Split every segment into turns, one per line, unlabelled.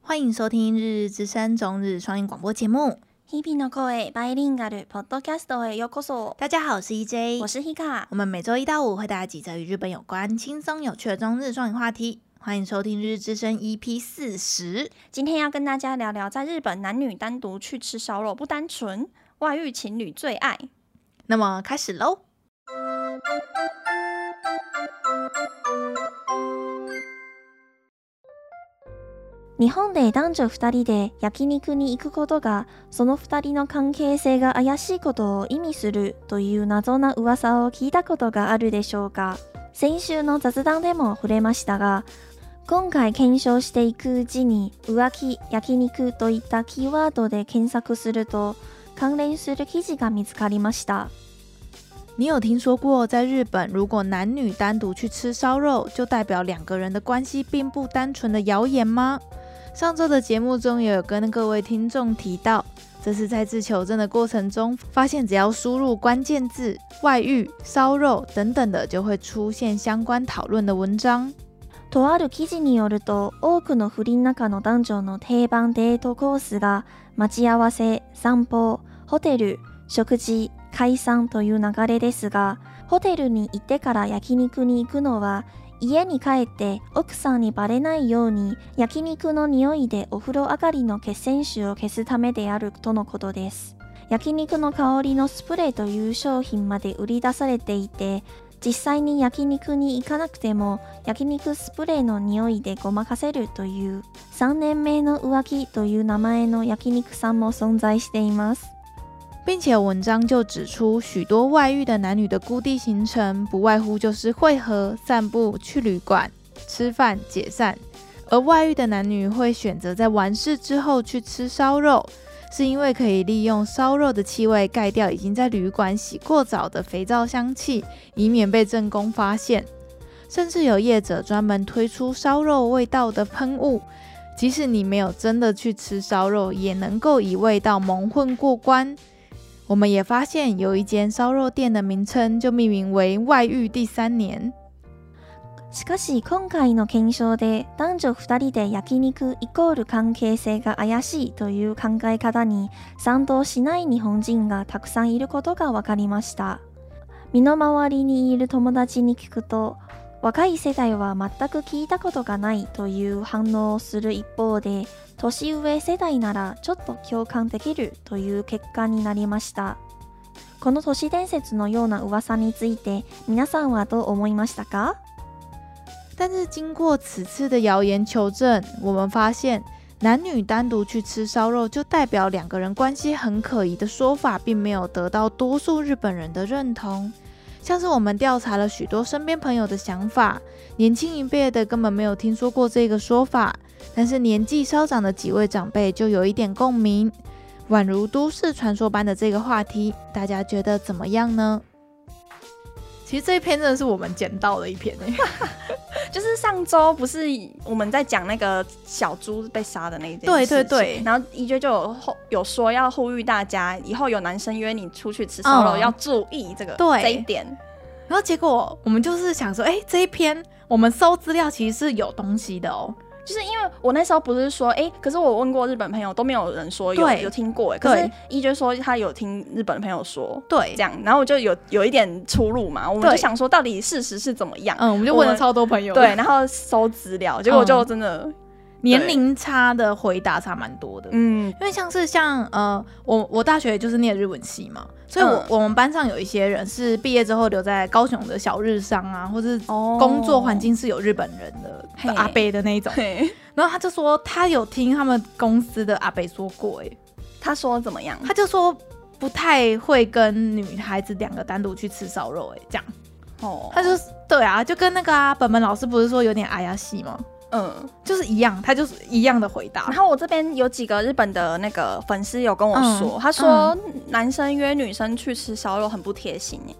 欢迎收听《日日之声》中日双语广播节目。
日々の声バイリンガルポッドキャストへようこそ。
大家好，我是 EJ，
我是 Hika
我。们每周一到五会带来几则与日本有关、轻松有趣的中日双语话题。欢迎收听《日日之声》EP 四十。
今天要跟大家聊聊在日本男女单独去吃烧肉不单纯，外遇情侣最爱。
那么开始喽。
日本で男女2人で焼肉に行くことがその2人の関係性が怪しいことを意味するという謎な噂を聞いたことがあるでしょうか先週の雑談でも触れましたが今回検証していくうちに浮気焼肉といったキーワードで検索すると関連する記事が見つかりました
你有听说过，在日本，如果男女单独去吃烧肉，就代表两个人的关系并不单纯的谣言吗？上周的节目中也有跟各位听众提到，这是在自求证的过程中，发现只要输入关键字“外遇”“烧肉”等等的，就会出现相关讨论的文章。
とある記事によると多くの不倫中の男女の定番デートコースが待ち合わせ散歩ホテル食事解散という流れですがホテルに行ってから焼肉に行くのは家に帰って奥さんにバレないように焼肉の匂いでお風呂上がりの血栓臭を消すためであるとのことです焼肉の香りのスプレーという商品まで売り出されていて実際に焼肉に行かなくても焼肉スプレーの匂いでごまかせるという3年目の浮気という名前の焼肉さんも存在しています
并且文章就指出，许多外遇的男女的孤地行程，不外乎就是会合、散步、去旅馆、吃饭、解散。而外遇的男女会选择在完事之后去吃烧肉，是因为可以利用烧肉的气味盖掉已经在旅馆洗过澡的肥皂香气，以免被正宫发现。甚至有业者专门推出烧肉味道的喷雾，即使你没有真的去吃烧肉，也能够以味道蒙混过关。我们也发现有一间烧肉店的名称就命名为“外遇第三年
しかし今回の検証で男女2人で焼肉イコール関係性が怪しいという考え方に賛同しない日本人がたくさんいることが分かりました身の回りにいる友達に聞くと若い世代は全く聞いたことがないという反応をする一方で年上世代ならちょっと共感できるという結果になりましたこの都市伝説のような噂について皆さんはどう思いましたか”。
但是经过此次的谣言求证，我们发现男女单独去吃烧肉就代表两个人关系很可疑的说法，并没有得到多数日本人的认同。像是我们调查了许多身边朋友的想法，年轻一辈的根本没有听说过这个说法，但是年纪稍长的几位长辈就有一点共鸣，宛如都市传说般的这个话题，大家觉得怎么样呢？其实这一篇真的是我们捡到的一篇、欸，
就是上周不是我们在讲那个小猪被杀的那一件
对对
事情
对
然后一娟就有后有说要呼吁大家，以后有男生约你出去吃烧肉、
嗯
要注意这个
对
这一点，
然后结果我们就是想说，哎、这一篇我们搜资料其实是有东西的哦。
就是因为我那时候不是说，哎、可是我问过日本朋友都没有人说有
对
有听过、哎，可是
对
一娟说她有听日本朋友说。
对
这，样，然后我就有有一点出入嘛，我们
对
就想说到底事实是怎么样，
嗯，我嗯们就问了
我
超多朋友，
对，，然后搜资料，结果就真的，
年龄差的回答差蛮多的。
嗯，
因为像是像呃，我我大学就是念日文系嘛，所以我、
嗯
我们班上有一些人是毕业之后留在高雄的小日商啊，或是
哦
工作环，境是有日本人的、
嘿
的阿贝的那 一种，
对，
然后他就说他有听他们公司的阿贝说过、欸，
他说怎么样？
他就说不太会跟女孩子两个单独去吃烧肉、欸，哎，这样，
哦，
他就是对啊，就跟那个啊本本老师不是说有点哎呀戏吗？
嗯，
就是一样，他就是一样的回答
然，后我这边有几个日本的那个粉丝有跟我说，
嗯
他说男生约女生去吃烧肉很不贴心耶。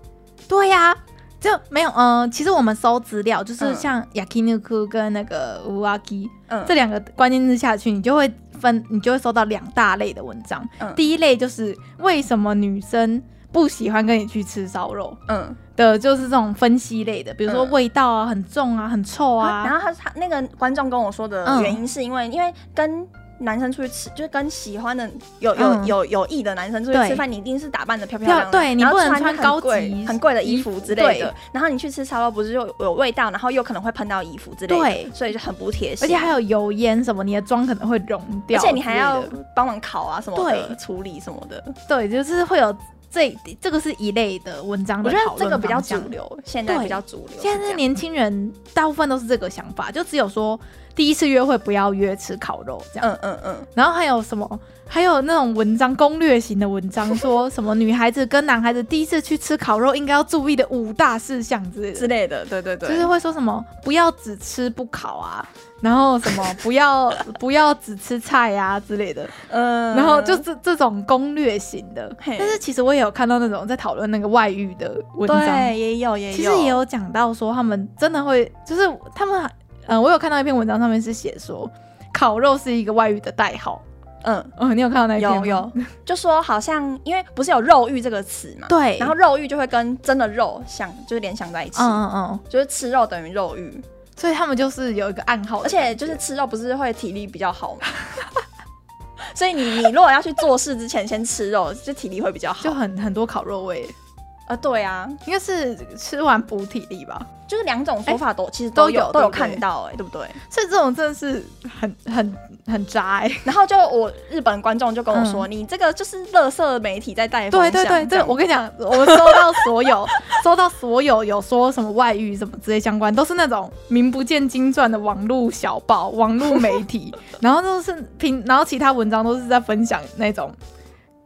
对呀、就没有，嗯、其实我们搜资料，就是
嗯
像 yakiniku 跟那个 uaki、
嗯，
这两个关键字下去，你就会分，你就会搜到两大类的文章。
嗯
第一类就是为什么女生不喜欢跟你去吃烧肉
嗯，
的，就是这种分析类的，比如说
嗯
味道啊、很重啊、很臭
他然
啊，
后他他那个观众跟我说的
嗯
原因是因为、因为跟。男生出去吃，就是跟喜欢的有有、
嗯
有有意的男生出去
对
吃饭，你一定是打扮的漂漂亮亮，
对你
然后
不能
穿
穿高
很贵
级
很贵的衣服之类
衣服
的。然后你去吃烧肉，不是就有味道，然后又可能会喷到衣服之类的，
对，
所以就很不贴心。
而且还有油烟什么，你的妆可能会融
而
掉之类的，
且你还要帮忙烤啊什么的，
对
处理什么的。
对，就是会有这这个是一类的文章
我
的
觉得
讨论
这个比较
方
主
向
流，现在
对
比较主流是这样。
现在年轻人大部分都是这个想法，就只有说第一次约会不要约吃烤肉这样。
嗯嗯嗯，
然后还有什么？还有那种文章攻略型的文 章，说什么女孩子跟男孩子第一次去吃烤肉应该要注意的五大事项之类的
之。类的，对对对，
就是会说什么不要只吃不烤啊，然后什么不要 不要只吃菜啊之类的，
嗯
然后就这这种攻略型的。
嘿
但是其实我也有看到那种在讨论那个外遇的文章，
对，也有也有，
其实也有讲到说，他们真的会，就是他们，呃，我有看到一篇文章，上面是写说，烤肉是一个外遇的代号。
嗯。
哦，你有看到那一篇
有
吗
有，就说好像因为不是有肉欲这个词嘛，
对，
然后肉欲就会跟真的肉想就是联想在一起，
嗯嗯嗯，
就是吃肉等于肉欲，
所以他们就是有一个暗号的感
而
觉，
且就是吃肉不是会体力比较好嘛， 所以你你如果要去做事之前先吃肉，就体力会比较好。
就很很多烤肉味，
啊，对啊，
应该是吃完补体力吧。
就是两种说法都、其实
都
都
有
有
对
都有
不对
看到哎、对不对？
所以这种真的是很很很渣哎、
然后就我日本观众就跟我说，你这个就是乐色媒体在带风
对
向。
嗯对对
这
对，
样
我跟你讲，我收到所有 收到所有有说什么外遇什么之类相关，都是那种名不见经传的网络小报、网络媒 体，然后都是平，然后其他文章都是在分享那种。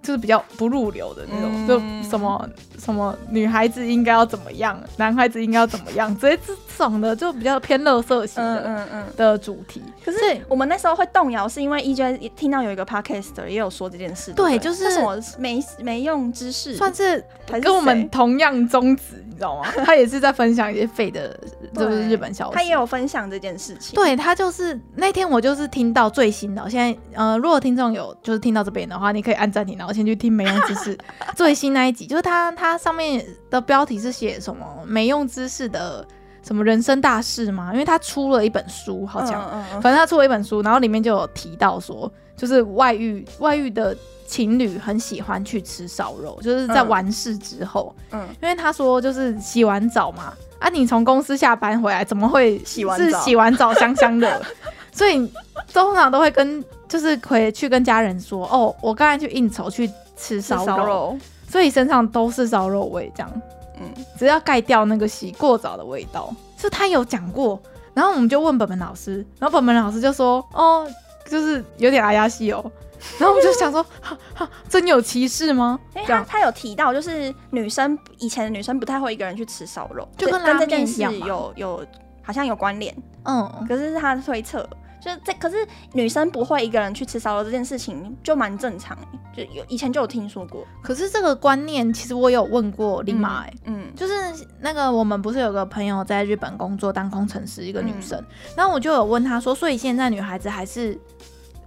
就是比较不入流的那种，
嗯
就什么什么女孩子应该要怎么样，男孩子应该要怎么样，直接这这种的就比较偏乐色型
嗯
的、
嗯嗯。
的主题。
可是
所以
我们那时候会动摇，是因为 EJ 也听到有一个 podcast 也有说这件事。
对
对不对，
就是
那什么没没用知识，
算是
还是
跟我们
谁
同样宗旨，你知道吗？ 他也是在分享一些废的，就是
对
日本消息。
他也有分享这件事情。，
对他就是那天我就是听到最新的，现在呃，如果听众有就是听到这边的话，你可以按暂停，然后先去听没用知 识最新那一集，就是他他上面的标题是写什么没用知识的什么人生大事吗？因为他出了一本书，好像、
嗯嗯嗯，
反正他出了一本书，然后里面就有提到说，就是外遇外遇的情侣很喜欢去吃烧肉，就是在
嗯
完事之后，
嗯
因为他说就是洗完澡嘛，啊，你从公司下班回来怎么会
洗完
是
澡
洗完澡香香的， 所以通常都会跟就是回去跟家人说，哦，我刚才去应酬去吃
是
烧
烧
肉，
肉，
所以身上都是烧肉味，这样
嗯，
只要盖掉那个洗过澡的味道，是他有讲过。然后我们就问本本老师，然后本本老师就说：“哦，就是有点阿亚西哦。”然后我们就想说：“ 哈哈，真有其事吗？”
因为
这
他
样
他有提到，就是女生以前的女生不太会一个人去吃烧肉，
就
这
跟
跟
拉
这件
面一
事
样嘛
有有好像有关联。
嗯，
可是是他的推测，就是这可是女生不会一个人去吃烧肉这件事情就蛮正常，就有以前就有听说过。
可是这个观念其实我有问过林马、欸，
嗯，
就是那个我们不是有个朋友在日本工作当工程师，一个女
嗯
生，然后我就有问她说：“所以现在女孩子还是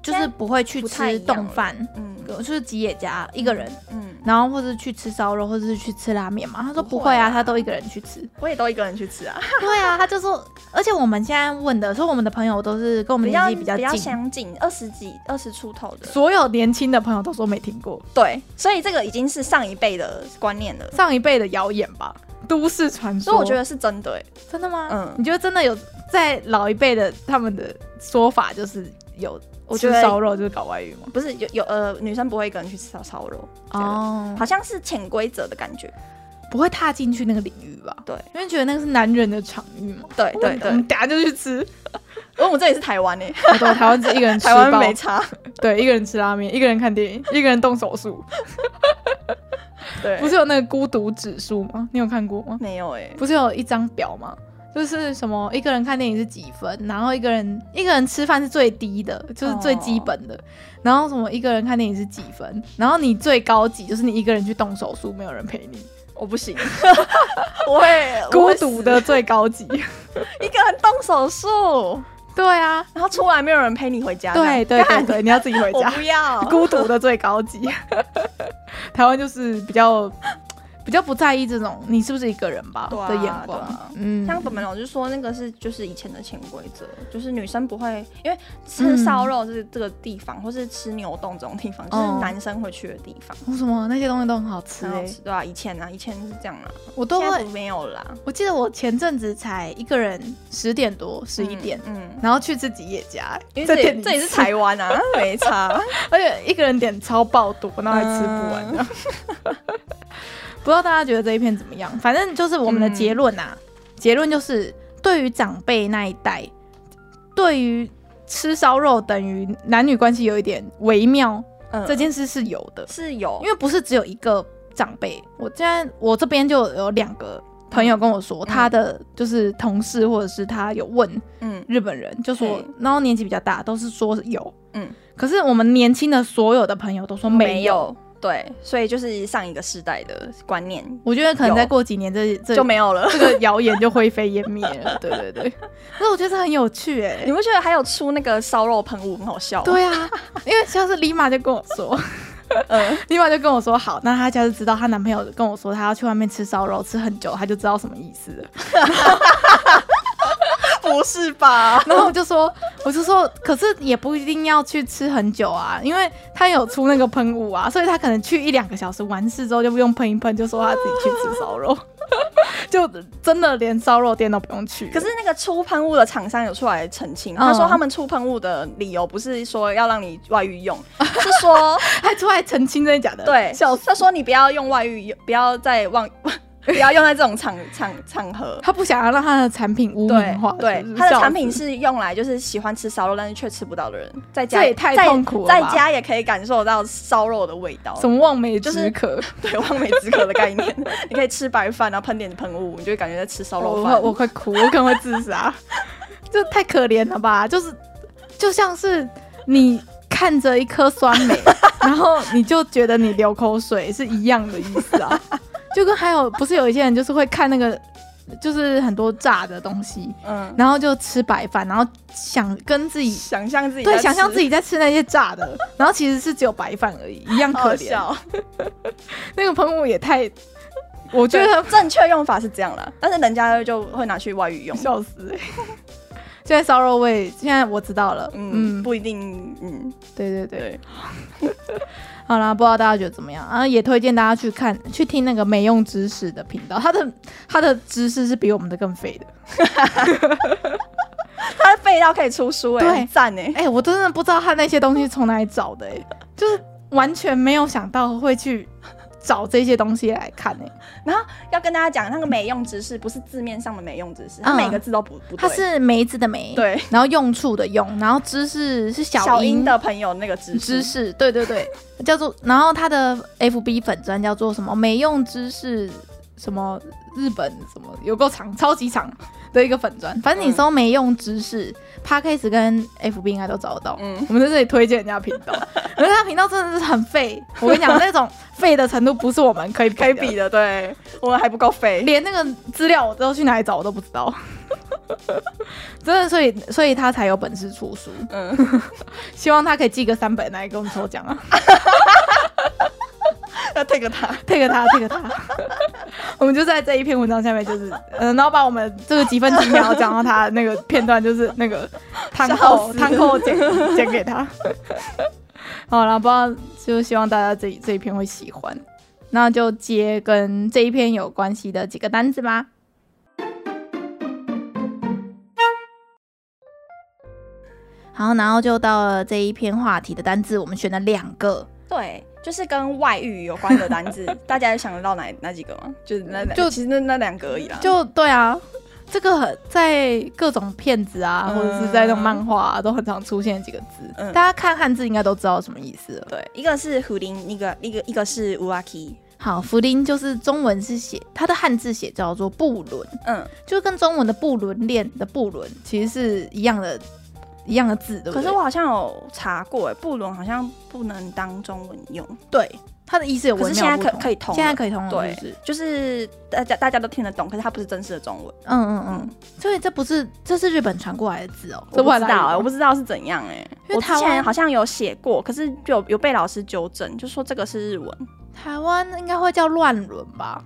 就
现
是
在
不会去
不太
吃
一样
冻
了
饭，
嗯
就是吉野家一个人。”
嗯，
然后或是去吃烧肉，或者是去吃拉面嘛。他说不
不
会
会
啊，
啊
他都一个人去 吃。
我也都一个人去吃啊，
对啊，他就说，而且我们现在问的，说我们的朋友都是跟我们
比较
年纪比较
比较
近，
相近，二十几二十出头的。
所有年轻的朋友都说没听过
对，所以这个已经是上一辈的观念了，
上一辈的谣言吧，都市传说。
所以我觉得是真的、欸。
真的吗？
嗯
你觉得真的有在老一辈的他们的说法，就是有
我
吃
觉得
烧肉就是搞外遇吗？
不是有有呃，女生不会一个人去吃烧烧肉，觉得
哦，
好像是潜规则的感觉。
不会踏进去那个领域吧？
对，
因为觉得那个是男人的场域嘛。
对对
我
对，
们等下就去吃。
因为我这里是台湾诶、欸，
哦对，台湾只一个人吃
台湾
爆
没差。
对，一个人吃拉面，一个人看电影，一个人动手术，
对，
不是有那个孤独指数吗？你有看过吗？
没有欸诶、
不是有一张表吗？就是什么一个人看电影是几分，然后一个人一个人吃饭是最低的，就是最基本的，然后什么一个人看电影是几分，然后你最高级就是你一个人去动手术，没有人陪你，
我不行， 我会 我
孤
会
独
死
的最高级。
一个人动手术，
对啊，
然后出来没有人陪你回家。
对对 对
干
对，你要自己回
我
家，
不要。
孤独的最高级。台湾就是比较比较不在意这种你是不是一个人吧
对啊
的眼光。
对啊
嗯，
像本本老师说，那个是就是以前的潜规则，就是女生不会，因为吃烧肉这这个地方，或是吃牛洞这种地方，就是
哦
男生会去的地方，
为什么那些东西都很好吃、
很好
欸？
吃，对吧、以前啊，以前是这样啦，
我都
现在
会
不，没有啦，
我记得我前阵子才一个人十点多十一
嗯
点，
嗯，
然后去自己野家、欸，
因为
在
这
店
里
里
这里是
吃，
台 湾啊，没差，
而且一个人点超爆多，然后还吃不完。
嗯
不知道大家觉得这一片怎么样？反正就是我们的结论啊，
嗯
结论就是对于长辈那一代，对于吃烧肉等于男女关系有一点微妙，
嗯
这件事是有的，
是有，
因为不是只有一个长辈。我现在我这边就有两个朋友跟我说，他的就是同事或者是他有问
嗯
日本人，就说
嘿，
然后年纪比较大，都是说有，
嗯，
可是我们年轻的所有的朋友都说没有。
有，对，所以就是上一个世代的观念
我觉得可能
有
再过几年这这
就没有了。
这个谣言就灰飞烟灭了。 对对对，那我觉得这很有趣哎、
你不觉得还有出那个烧肉喷雾很好笑吗？
对啊，因为像是立马就跟我说，
嗯，
立马就跟我说好，那她下次知道她男朋友跟我说她要去外面吃烧肉吃很久，她就知道什么意思了。
不是吧？
然 后我就说，我就说，可是也不一定要去吃很久啊，因为她有出那个喷雾啊，所以她可能去一两个小时完事之后就不用喷一喷，就说她自己去吃烧肉， 就真的连烧肉店都不用去了。
可是那个出喷雾的厂商有出来澄清，
嗯
他说他们出喷雾的理由不是说要让你外遇 用，是说
还出来澄清，真的假的？
对
笑，死。
他说你不要用外遇，不要再忘， 不要用在这种场场场合。
他不想要让他的产品污
对
名化，
对
是不，是
他的
笑死
产品是用来就是喜欢吃烧肉，但是却吃不到的人，在家
这也太痛苦了吧
在，在家也可以感受到烧肉的味道。
什么望梅止渴？
对，望梅止渴的概念， 你可以吃白饭，然后喷点喷雾，你就会感觉在吃烧
我
肉
我
饭。
哦我快哭，我可能会自杀， 这太可怜了吧？就是就像是你看着一颗酸梅，然后你就觉得你流口水是一样的意思啊，就跟还有不是有一些人就是会看那个。就是很多炸的东西，
嗯，
然后就吃白饭，然后想跟自己
想象自己
对
在
想象
吃
自己在吃那些炸的，然后其实是只有白饭而已，一样
好
可
好
怜。
笑。
那个喷雾也太， 我觉
就
得。
是正确用法是这样啦，但是人家就会拿去外语用
笑死、欸。 现在烧肉味，现在我知道了。
嗯，
嗯，
不一定，嗯，
对对对。
对，
好啦，不知道大家觉得怎么样啊？也推荐大家去看、去听那个没用知识的频道，他的他的知识是比我们的更肥的。
他废到可以出书哎、
对
很赞哎，
哎、我真的不知道他那些东西从哪里找的、欸，就是完全没有想到会去找这些东西来看、欸，
然后要跟大家讲，那个没用知识不是字面上的没用知识，它
嗯
每个字都不不对，
它是梅子的梅，，
对
然后用处的用，然后知识是
小
英
英的朋友那个知识，
知识，对对对，叫做，然后他的 FB 粉专叫做什么没用知识，什么日本什么有够长，超级长的一个粉专，反
嗯
正你搜没用知识、p a d k a s 跟 FB 应该都找得到。
嗯，
我们在这里推荐人家频道， 可是他频道真的是很废，我跟你讲，那种废的程度不是我们可以
可以
的
比的，对我们还不够废，
连那个资料我都去哪里找我都不知道，真的，所以所以他才有本事出书。
嗯，
希望他可以寄个三本来跟我们抽奖啊
要 take 他，
，take 他，take 他。 我们就在这一篇文章下面，就是嗯、呃然后把我们这个几分几秒讲到他那个片段，就是那个汤
笑
扣
死
汤扣剪剪给他。 好了，不知道就希望大家这一这一篇会喜欢。那就接跟这一篇有关系的几个单字吧。好，然后就到了这一篇话题的单字，我们选了两个，
对。就是跟外遇有关的单 字，大家有想得到哪哪几个吗？就是那两
就
其实那那两个而已啦。
就对啊，这个很在各种骗子啊，
嗯
或者是在那种漫画、啊、都很常出现的几个字，
嗯
大家看汉字应该都知道什么意思了。
对，一个是胡林，一个一个一个是乌阿 k
好，福林就是中文是写它的汉字写叫做布伦，
嗯，
就跟中文的布伦恋的布伦其实是一样的，一样的字，对不
可
对？
是我好像有查过，哎，布伦好像不能当中文用，
对它的意思有
可
微
是现
妙
在
不
可
同
可以通了，
现在可以通了，
对
是不是？
就是大家大家都听得懂，可是它不是真实的中文，
嗯嗯嗯，所以这不是这是日本传过来的字哦，
我不知道哎、
哎，
我不知道是怎样哎、
因为
我
台
之
湾
前好像有写过，可是就有有被老师纠正，就说这个是日文，
台湾应该会叫乱伦吧？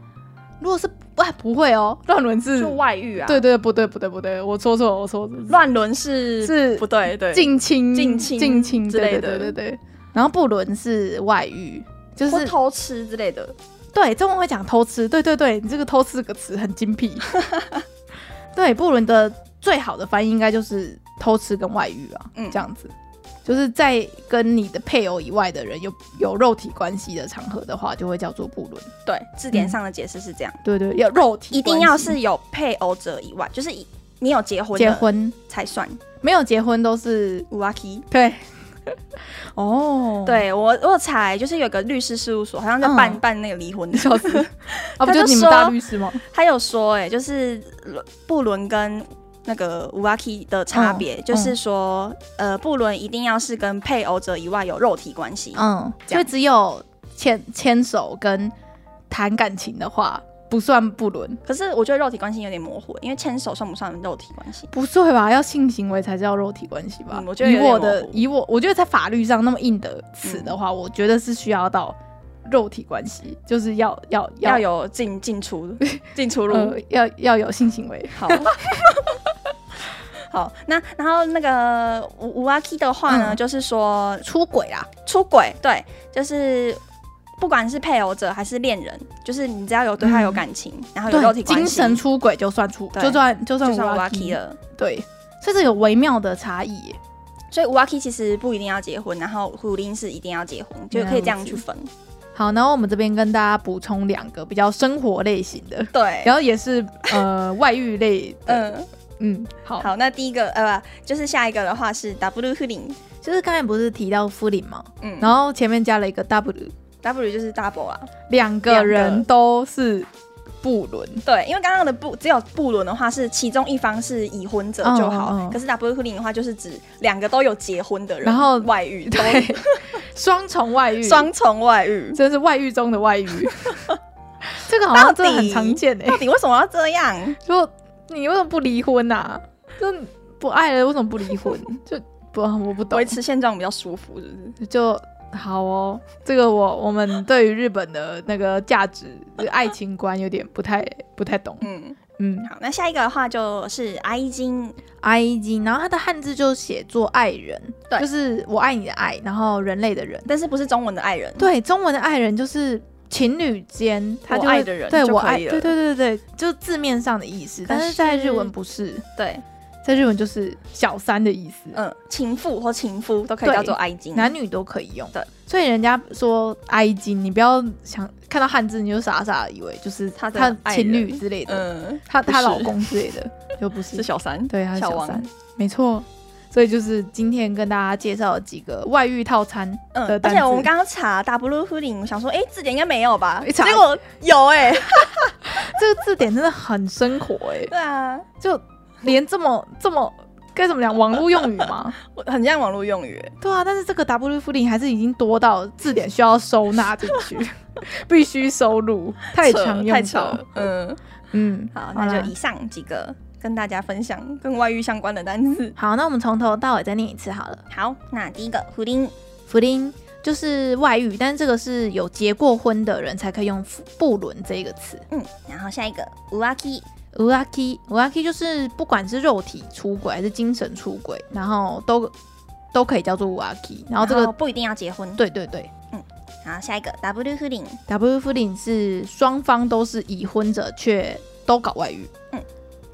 如果是不哎不会哦，乱伦是
就外遇啊，
对，对，不对不对不对，我说错了我说错了，
乱伦是
是
不对，对，
近亲
近亲
近亲
之
对
类
对
的
对对对。然后不伦是外遇，就是
或偷吃之类的，
对中文会讲偷吃，对对对，你这个偷吃这个词很精 辟。对不伦的最好的翻译应该就是偷吃跟外遇啊，
嗯
这样子。就是在跟你的配偶以外的人有有肉体关系的场合的话，就会叫做不伦。
对，字典上的解释是这样，
对对，要肉体
一定
关
要
系
是有配偶者以外，就是以你有结婚
结
的
婚，
才算
没有结婚都是
乌拉基。
对。哦，，
对我，我有查，欸就是有个律师事务所，好像在办、
嗯
办那个离婚的，
笑 死！啊，不
他
就
就
你们
说
大律师吗？
他有说、欸，哎，就是布伦跟那个乌拉基的
嗯
差别，就是说，呃，布伦一定要是跟配偶者以外有肉体关系，
嗯，
这
所以
样
只有牵牵手跟谈感情的话，不算不伦，
可是我觉得肉体关系有点模糊，因为牵手算不算肉体关系？
不算吧？要性行为才叫肉体关系吧？
嗯我觉得
以
有点
我的
模糊
以我，我觉得在法律上那么硬的词
嗯
的话，我觉得是需要到肉体关系，就是要要
要有进进出进出入。
呃要要有性行为。
好， 好，那然后那个五五阿 K 的话呢，
嗯
就是说
出轨啊啦，
出轨，对，就是。不管是配偶者还是恋人，就是你只要有对他有感情，然后有肉体
嗯对，
关系，
精神出轨就算出，
对
就算就算
就算
无
五
阿
阿
基
K 了。
对，所以这有微妙的差异耶。
所以五阿 K 其实不一定要结婚，然后虎林是一定要结婚，就可以这样去分。
好，然后我们这边跟大家补充两个比较生活类型的，
对，
然后也是 呃外遇类的，
嗯，
嗯，好，
好，那第一个呃，不就是下一个的话是 W 虎林，
就是刚才不是提到夫林吗？
嗯，
然后前面加了一个 W，
W 就是 double 啊，
两个人都是不伦，
对，因为刚刚的不只有不伦的话是其中一方是已婚者就好，
嗯嗯嗯
可是 W 婚姻的话就是指两个都有结婚的人，
然后
外遇，都
对，双重外遇，
双重外遇，
真是外遇中的外 遇，这个好
到
像
底
真的很常见哎、
到底为什么要这样？
就你为什么不离婚呐、就不爱了为什么不离 婚？就不我不懂
维，持现状比较舒服，是不是？
就好哦。这个我我们对于日本的那个价值、就是爱情观有点不太不太懂。
嗯，
嗯
好，那下一个的话就是哀金，
，I G，然后它的汉字就写作爱人，
对
就是我爱你的爱，然后人类的人。
但是不是中文的爱人，，
对，中文的爱人就是情侣间，他就
我爱
会
的人
对
就
嗯我
可
爱，
以
对
了
对对对，就字面上的意思，但是在日文
是
不是，
对，
在日文就是小三的意思。
嗯，情妇或情夫都可以
对
叫做哀金，
男女都可以用。
对，
所以人家说哀金，你不要想看到汉字你就傻傻的以为就是
他的
他
爱
情侣
人
之类的，
嗯，
他他
不是
老公之类的， 就不
是
是。
小三，
对，他是
小
小
王
三，没错。所以就是今天跟大家介绍的几个外遇套餐，
嗯
的，
而
单
且我们
字
刚刚查 W 婚姻，我想说，哎，字典应该没有 吧？
一查
结果有，哎，
这个字典真的很生活哎、
对啊。
就连这么这么该怎么讲网络用语 吗？
我很像网络用语，
对啊，但是这个 W 复零还是已经多到字典需要收纳进去， 必须收录，太
扯
常
太
用
扯
到。
了。嗯，
嗯，
好，那
啦
就以上几个跟大家分享跟外遇相关的单词。
好，那我们从头到尾再念一次好了。
好，那第一个胡林，
福林就是外遇，但这个是有结过婚的人才可以用夫不伦这一个词。
嗯，然后下一个乌阿 k
无阿 k 无阿 k 就是不管是肉体出轨还是精神出轨，然后都都可以叫做无阿 k 然后这个
不一定要结婚。，
对对对
然后下一个 W 胡林，
，W 夫林是双方都是已婚者却都搞外遇。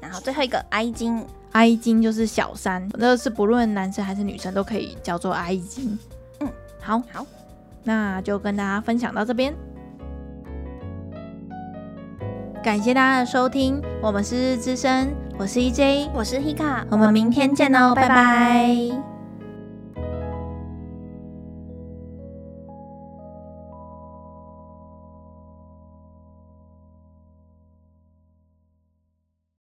然后最后一个 I 金，
哀金就是小三，那个是不论男生还是女生都可以叫做哀金。
嗯，
好，
好，
那就跟大家分享到这边。感谢大家的收听，我们是日日之声，我是 EJ，
我是 Hika，
哦我们明天见哦拜拜